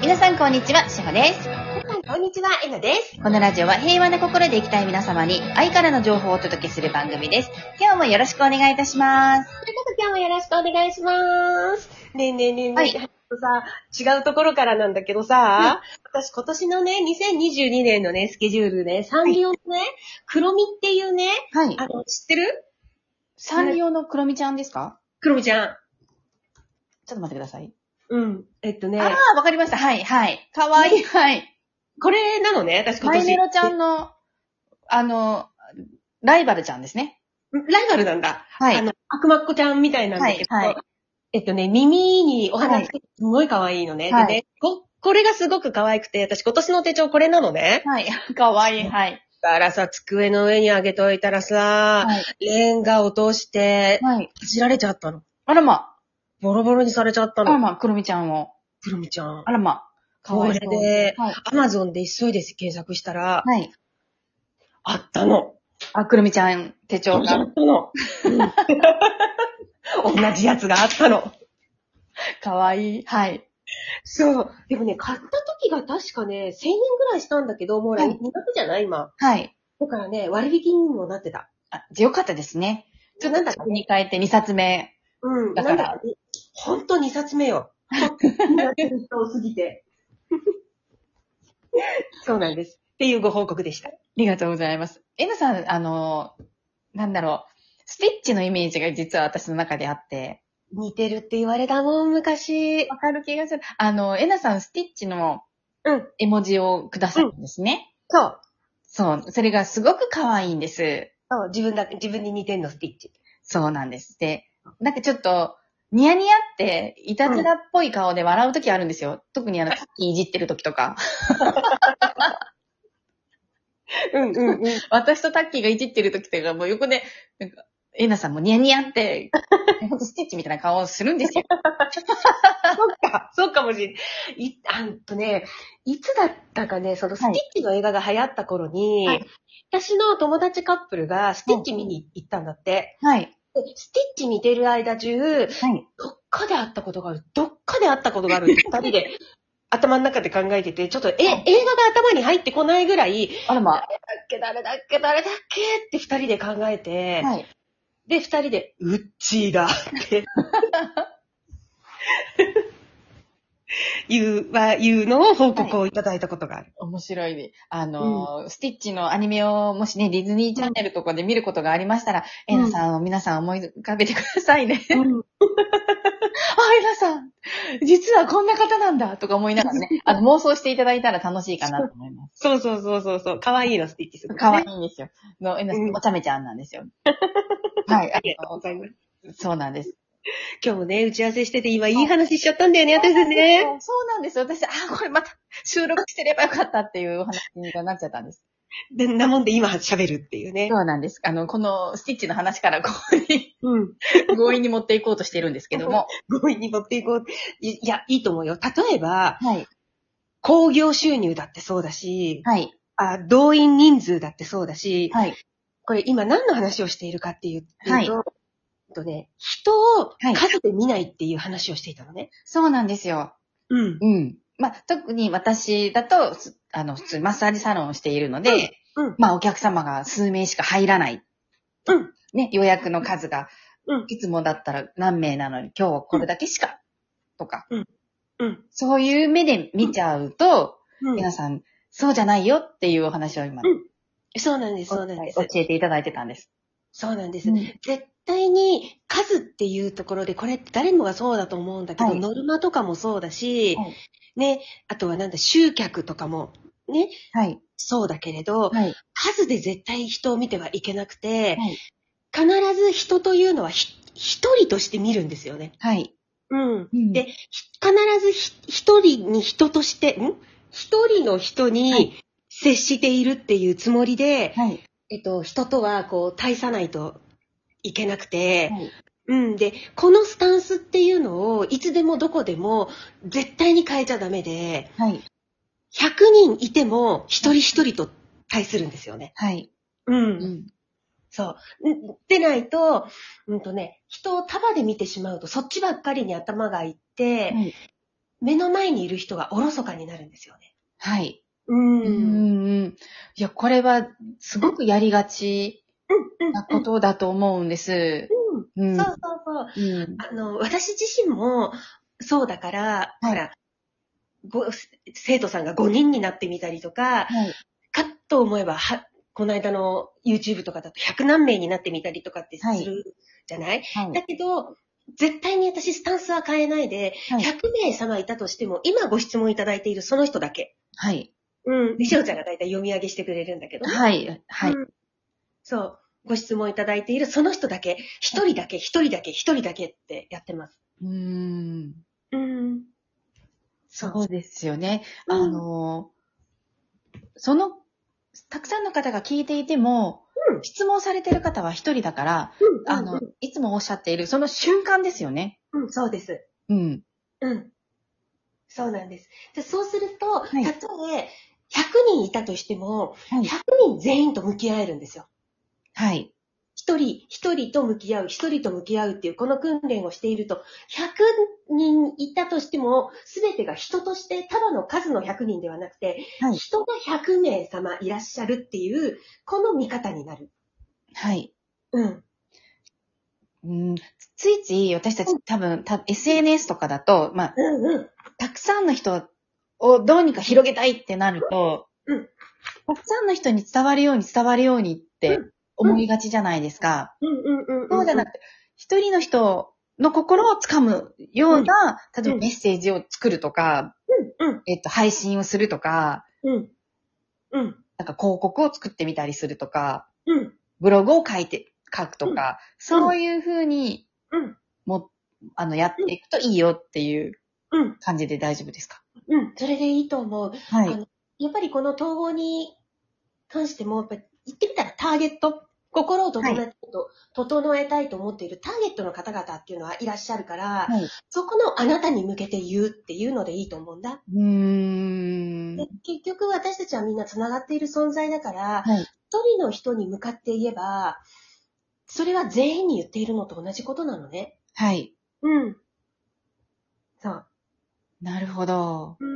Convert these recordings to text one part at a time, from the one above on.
皆さんこんにちは、しほです。皆さん、こんにちは、えのです。このラジオは平和な心で生きたい皆様に愛からの情報をお届けする番組です。今日もよろしくお願いいたします。ということで、今日もよろしくお願いします。ねえねえねえねえ、はいあのさ、違うところからなんだけどさ、私今年のね、2022年のね、スケジュールね、サンリオのね、黒みっていうね、はいあ。の、知ってるサンリオのクロミちゃんですか黒みちゃん。ちょっと待ってください。うん。えっとね、ああ、わかりました。はい、はい。かわいい。はい。これなのね、私今マイ年。メロちゃんの、あの、ライバルちゃんですね。ライバルなんだ。はあい。の、悪魔っ子ちゃんみたいなんだけど、はいはいえっとね、耳におは花いつけて、すごい可愛いのね。はいでねこ、これがすごく可愛くて、私今年の手帳これなのね。はい。 かわいい。はい。だからさ、机の上にあげといたらさ、はい。レンガ落として、はい。閉じられちゃったの。あらま。ボロボロにされちゃったあらの。ま、クロミちゃんを。くるみちゃんあ。らま。かわいそう。これではい。アマゾンで急いで検索したら、はい。あったの。あ、くるみちゃん手あ帳っ が。たの。うん 同じやつがあったの。かわいい。はい。そう。でもね、買った時が確かね、1000円ぐらいしたんだけど、もう来はい2月じゃない今。はい。だからね、割引にもなってた。あ、じゃあよかったですね。ちょ、なんだっけに変えて2冊目。うん、だかならんだっけほんと2冊目よ。2冊多すぎて。 そうなんです。っていうご報告でした。ありがとうございます。エナさん、あの、なんだろう。スティッチのイメージが実は私の中であって。似てるって言われたもん、昔。わかる気がする。あの、エナさん、スティッチのうん絵文字をくださるんですね。そう。そう。それがすごく可愛いんです。そう自分だ、自分に似てんの、スティッチ。そうなんです。で、なんかちょっと、ニヤニヤって、いたずらっぽい顔で笑うときあるんですよ。特 にあの、クッキーいじってるときとか。うんうんうん。私とタッキーがいじってるときとか、もう横で、なんか、エナさんもニヤニヤ って、ほんとスティッチみたいな顔をするんですよ。 そうかもしれない。い、あんとね、いつだったかね、そのスティッチの映画が流行った頃に、はい私の友達カップルがスティッチ見に行ったんだって。はい。でスティッチ見てる間中、はい。どっかで会ったことがある。どっかで会ったことがある って。二人で頭の中で考えてて、ちょっとえ、映画が頭に入ってこないぐらい、あらま。誰だっけ、誰だっけ、誰だっけって二人で考えて、はい。で、二人で、うっちーだって。言う、は、言うのを報告をいただいたことがある。面白いね。あのー、スティッチのアニメを、もしね、ディズニーチャンネルとかで見ることがありましたら、うんエナさんを皆さん思い浮かべてくださいね。 あ、エナさん、実はこんな方なんだとか思いながら ね、あの、妄想していただいたら楽しいかなと思います。そうそうそうそうそう。可愛いの、スティッチすごくね可愛いんですよ。の、エナさうんん、おちゃめちゃんなんです よ。はい、あありがとうございます。の、そうなんです。今日もね、打ち合わせしてて、今いい話しちゃったんだよね、私たちね。そうそうなんです。私、あ、これまた収録してればよかったっていうお話になっちゃったんです。でんなもんで今喋るっていうね。そうなんです。あの、このスティッチの話からここに。うん。強引に持っていこうとしてるんですけども。強引に持っていこう。いいや、いいと思うよ。例えば、はい。興行収入だってそうだし、はい。あ動員人数だってそうだし、はい。これ今何の話をしているかっていうっていうと、えっとね、人をはい数で見ないっていう話をしていたのね。そうなんですよ。うん。うん。まあ、特に私だと、すあの、普通マッサージサロンをしているので、うんうんまあ、お客様が数名しか入らない。うん。ね、予約の数が、うんいつもだったら何名なのに今日はこれだけしか、とか、うん。そういう目で見ちゃうと、う皆さん、そうじゃないよっていうお話を今、うんん、そうなんです、そうなんです教。えていただいてたんです。そうなんです。絶対に数っていうところで、これって誰もがそうだと思うんだけど、はいノルマとかもそうだし、はいね、あとはなんだ、集客とかも、ね、はい。そうだけれど、はい。数で絶対人を見てはいけなくて、はい必ず人というのはひ一人として見るんですよね。はい。うん。うんで、ひ必ずひ一人に人として、ん一人の人はに接しているっていうつもりで、はい。えっと、人とはこう、対さないといけなくて、はいうん。で、このスタンスっていうのを、いつでもどこでも絶対に変えちゃダメで、はい。 100人いても一人一人と対するんですよね。はい。うんうん。そう。んでないと、うんとね、人を束で見てしまうと、そっちばっかりに頭がいって、はい目の前にいる人がおろそかになるんですよね。はい。ううんうんうん。いや、これは、すごくやりがちなことだと思うんです。ううんん。そうそうそう。うん。あの、私自身も、そうだから、はいほら、ご生徒さんが5人になってみたりとか、はい。かと思えば、は、この間の YouTube とかだと100何名になってみたりとかってすはいるじゃない、はだい。けど、絶対に私スタンスは変えないで、はい100名様いたとしても、今ご質問いただいているその人だけ。はい。うん。で、しおちゃんがだいたい読み上げしてくれるんだけどね。はい。はい。うんそう。ご質問いただいているその人だけ、一人だけ、一人だけ、一人だけってやってます。うーん。うん。そそうですよね。うんあの、その、たくさんの方が聞いていても、うん質問されてる方は一人だから、うんあの、いつもおっしゃっている、その瞬間ですよね。うん、そうです。うん。うん。そうなんです。でそうすると、いたとえ100人いたとしても、はい100人全員と向き合えるんですよ。はい。一人、一人と向き合う、一人と向き合うっていう、この訓練をしていると、100人いたとしても、すべてが人として、ただの数の100人ではなくて、はい人が100名様いらっしゃるっていう、この見方になる。はい。うん。うん、ついつい私たち多分、た SNS とかだと、まあ、うんうん。たくさんの人をどうにか広げたいってなると、うんたくさんの人に伝わるように伝わるようにって思いがちじゃないですか。うんうんうん。そうじゃなくくて、一人の人の心をつかむような、例えうばんメッセージを作るとか、うんうんえっと、配信をするとか、うん。うん。なんか広告を作ってみたりするとか、うん。ブログを書いて、書くとか、そういうふうに、うんも、あの、やっていくといいよっていううん。感じで大丈夫ですかうん。それでいいと思う。はいあのやっぱりこの統合に関しても、やっぱり言ってみたらターゲット、心を整え,、整えたいと思っているターゲットの方々っていうのはいらっしゃるから、はいそこのあなたに向けて言うっていうのでいいと思うんだ。うーん。で結局私たちはみんな繋がっている存在だから、はい。一人の人に向かって言えば、それは全員に言っているのと同じことなのね。はい。うん。そう。なるほど。うー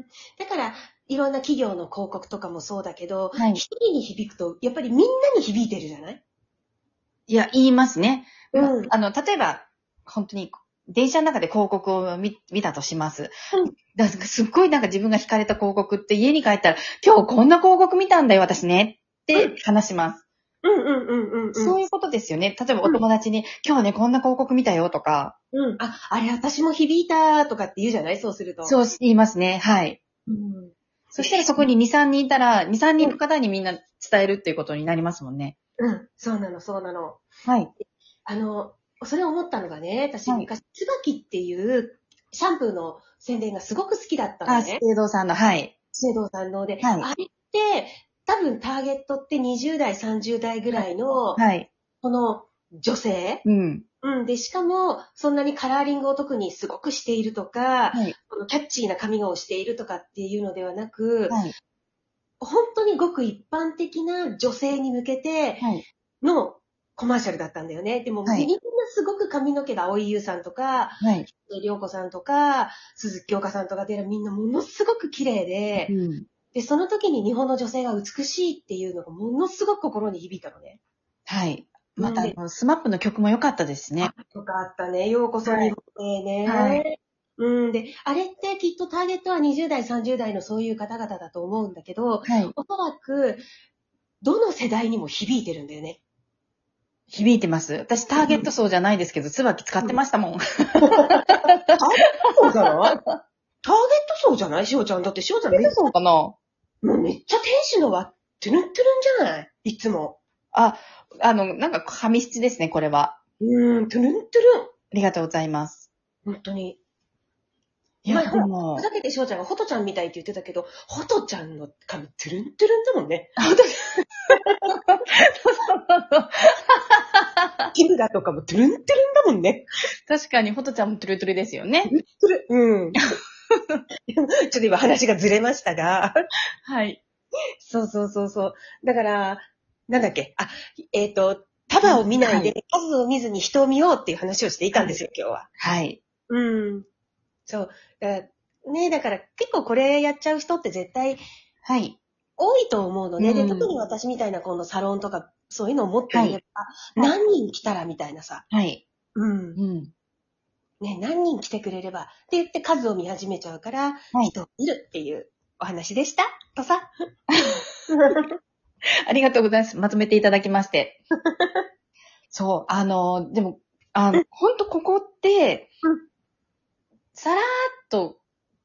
んだから、いろんな企業の広告とかもそうだけど、一、はい人に響くと、やっぱりみんなに響いてるじゃないいや、言いますね。まうんあの、例えば、本当に、電車の中で広告を見見たとします。うんだからすっごいなんか自分が惹かれた広告って家に帰ったら、今日こんな広告見たんだよ、私ね。って話します。うんうんうんうん、うん。そういうことですよね。例えばお友達に、今日ね、こんな広告見たよとか、うん。あ、あれ私も響いたとかって言うじゃないそうすると。う。そう言いますね。はい。うん、そしたらそこに2、3人いたら、2、3人の方にみんな伝えるっていうことになりますもんね。うん。そうなの、そうなの。はい。あの、それ思ったのがね、私はい昔、椿っていうシャンプーの宣伝がすごく好きだったのあ、ね。聖堂さんの、はい。水道さんので、はいあれって、多分ターゲットって20代、30代ぐらいの、はい。この女性うん。うん。で、しかも、そんなにカラーリングを特にすごくしているとか、はいこのキャッチーな髪をしているとかっていうのではなく、はい。本当にごく一般的な女性に向けてはい。のコマーシャルだったんだよね。でも、はいみんなすごく髪の毛が青井優さんとか、はい。りょうこさんとか、鈴木京香さんとかでみんなものすごく綺麗で、うん。で、その時に日本の女性が美しいっていうのがものすごく心に響いたのね。はい。また、あうんのスマップの曲も良かったですね。よかったね。ようこそ日本へね。はうん。で、あれってきっとターゲットは20代、30代のそういう方々だと思うんだけど、はい。おそらく、どの世代にも響いてるんだよね。響いてます。私、ターゲット層じゃないですけど、椿使ってましたもん。そうか なターゲット層じゃないしおちゃん。だってしおちゃんめっちそうかなゃ、もうめっちゃ天使の輪、トゥルントゥルンじゃないいつも。あ、あの、なんか、紙質ですね、これは。うん、トゥルントゥルン。ありがとうございます。本当に。いまあや、でも ふ、ざけてしおちゃんがホトちゃんみたいって言ってたけど、ホトちゃんの髪、トゥルントゥルンだもん ね。キムラとかもトゥルントゥルンだもんね。確かに、ほとちゃんもトゥルトゥルですよね。それうん。 ちょっと今話がずれましたが。はい。そうそうそうそう。だから、なんだっけ。あ、えっ、と、束を見ないで、数を見ずに人を見ようっていう話をしていたんですよ、今日は。はい。うん。そう。だからね、だから結構これやっちゃう人って絶対はい。多いと思うのね。うで、ん特に私みたいなこのサロンとか、そういうのを持っていれば、はいあ何人来たらみたいなさ。はい。うん。うん。ね、何人来てくれればって言って数を見始めちゃうから、はい人を見るっていうお話でした。とさ。ありがとうございます。まとめていただきまして。 そう、あの、でも、あの、ほんとここってうん、さらーっと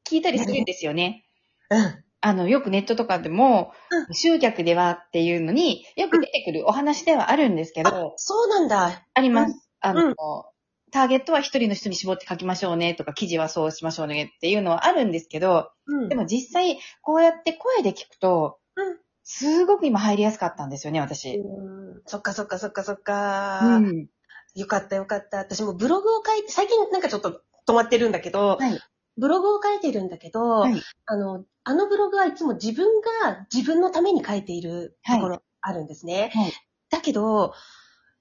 聞いたりするんですよね。うん。あの、よくネットとかでも、集客ではっていうのによく出てくるお話ではあるんですけど、そうなんだ。あります。あの、うんターゲットは一人の人に絞って書きましょうねとか、記事はそうしましょうねっていうのはあるんですけど、うんでも実際こうやって声で聞くとうん、すごく今入りやすかったんですよね、私。うんそっかそっかそっかそっうか、ん。よかったよかった。私もブログを書いて、最近なんかちょっと止まってるんだけど、はいブログを書いてるんだけど、はいあの、あのブログはいつも自分が自分のために書いているところあるんですね。はいだけど、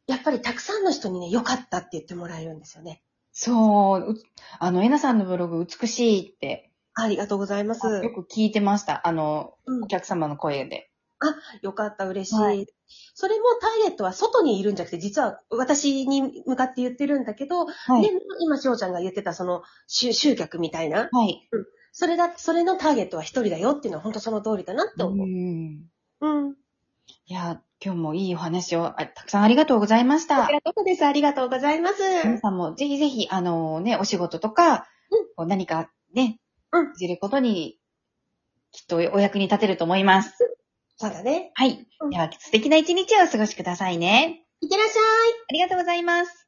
やっぱりたくさんの人にね、良かったって言ってもらえるんですよね。そう、うあの、えなさんのブログ美しいって、ありがとうございます。よく聞いてました。あの、うんお客様の声で。よかった、嬉しい。はいそれもターゲットは外にいるんじゃなくて、実は私に向かって言ってるんだけど、はで。今、翔ちゃんが言ってたその集集客みたいな、はい。それだ、それのターゲットは一人だよっていうのは本当その通りだなってう思う。ん。うん。いや、今日もいいお話をあたくさんありがとうございました。らこそです。ありがとうございます。皆さんもぜひぜひ、あのね、お仕事とか、うんこう何かね、うんいじることに、きっとお役に立てると思います。そうだね。はい。うんでは、素敵な一日をお過ごしくださいね。いってらっしゃい。ありがとうございます。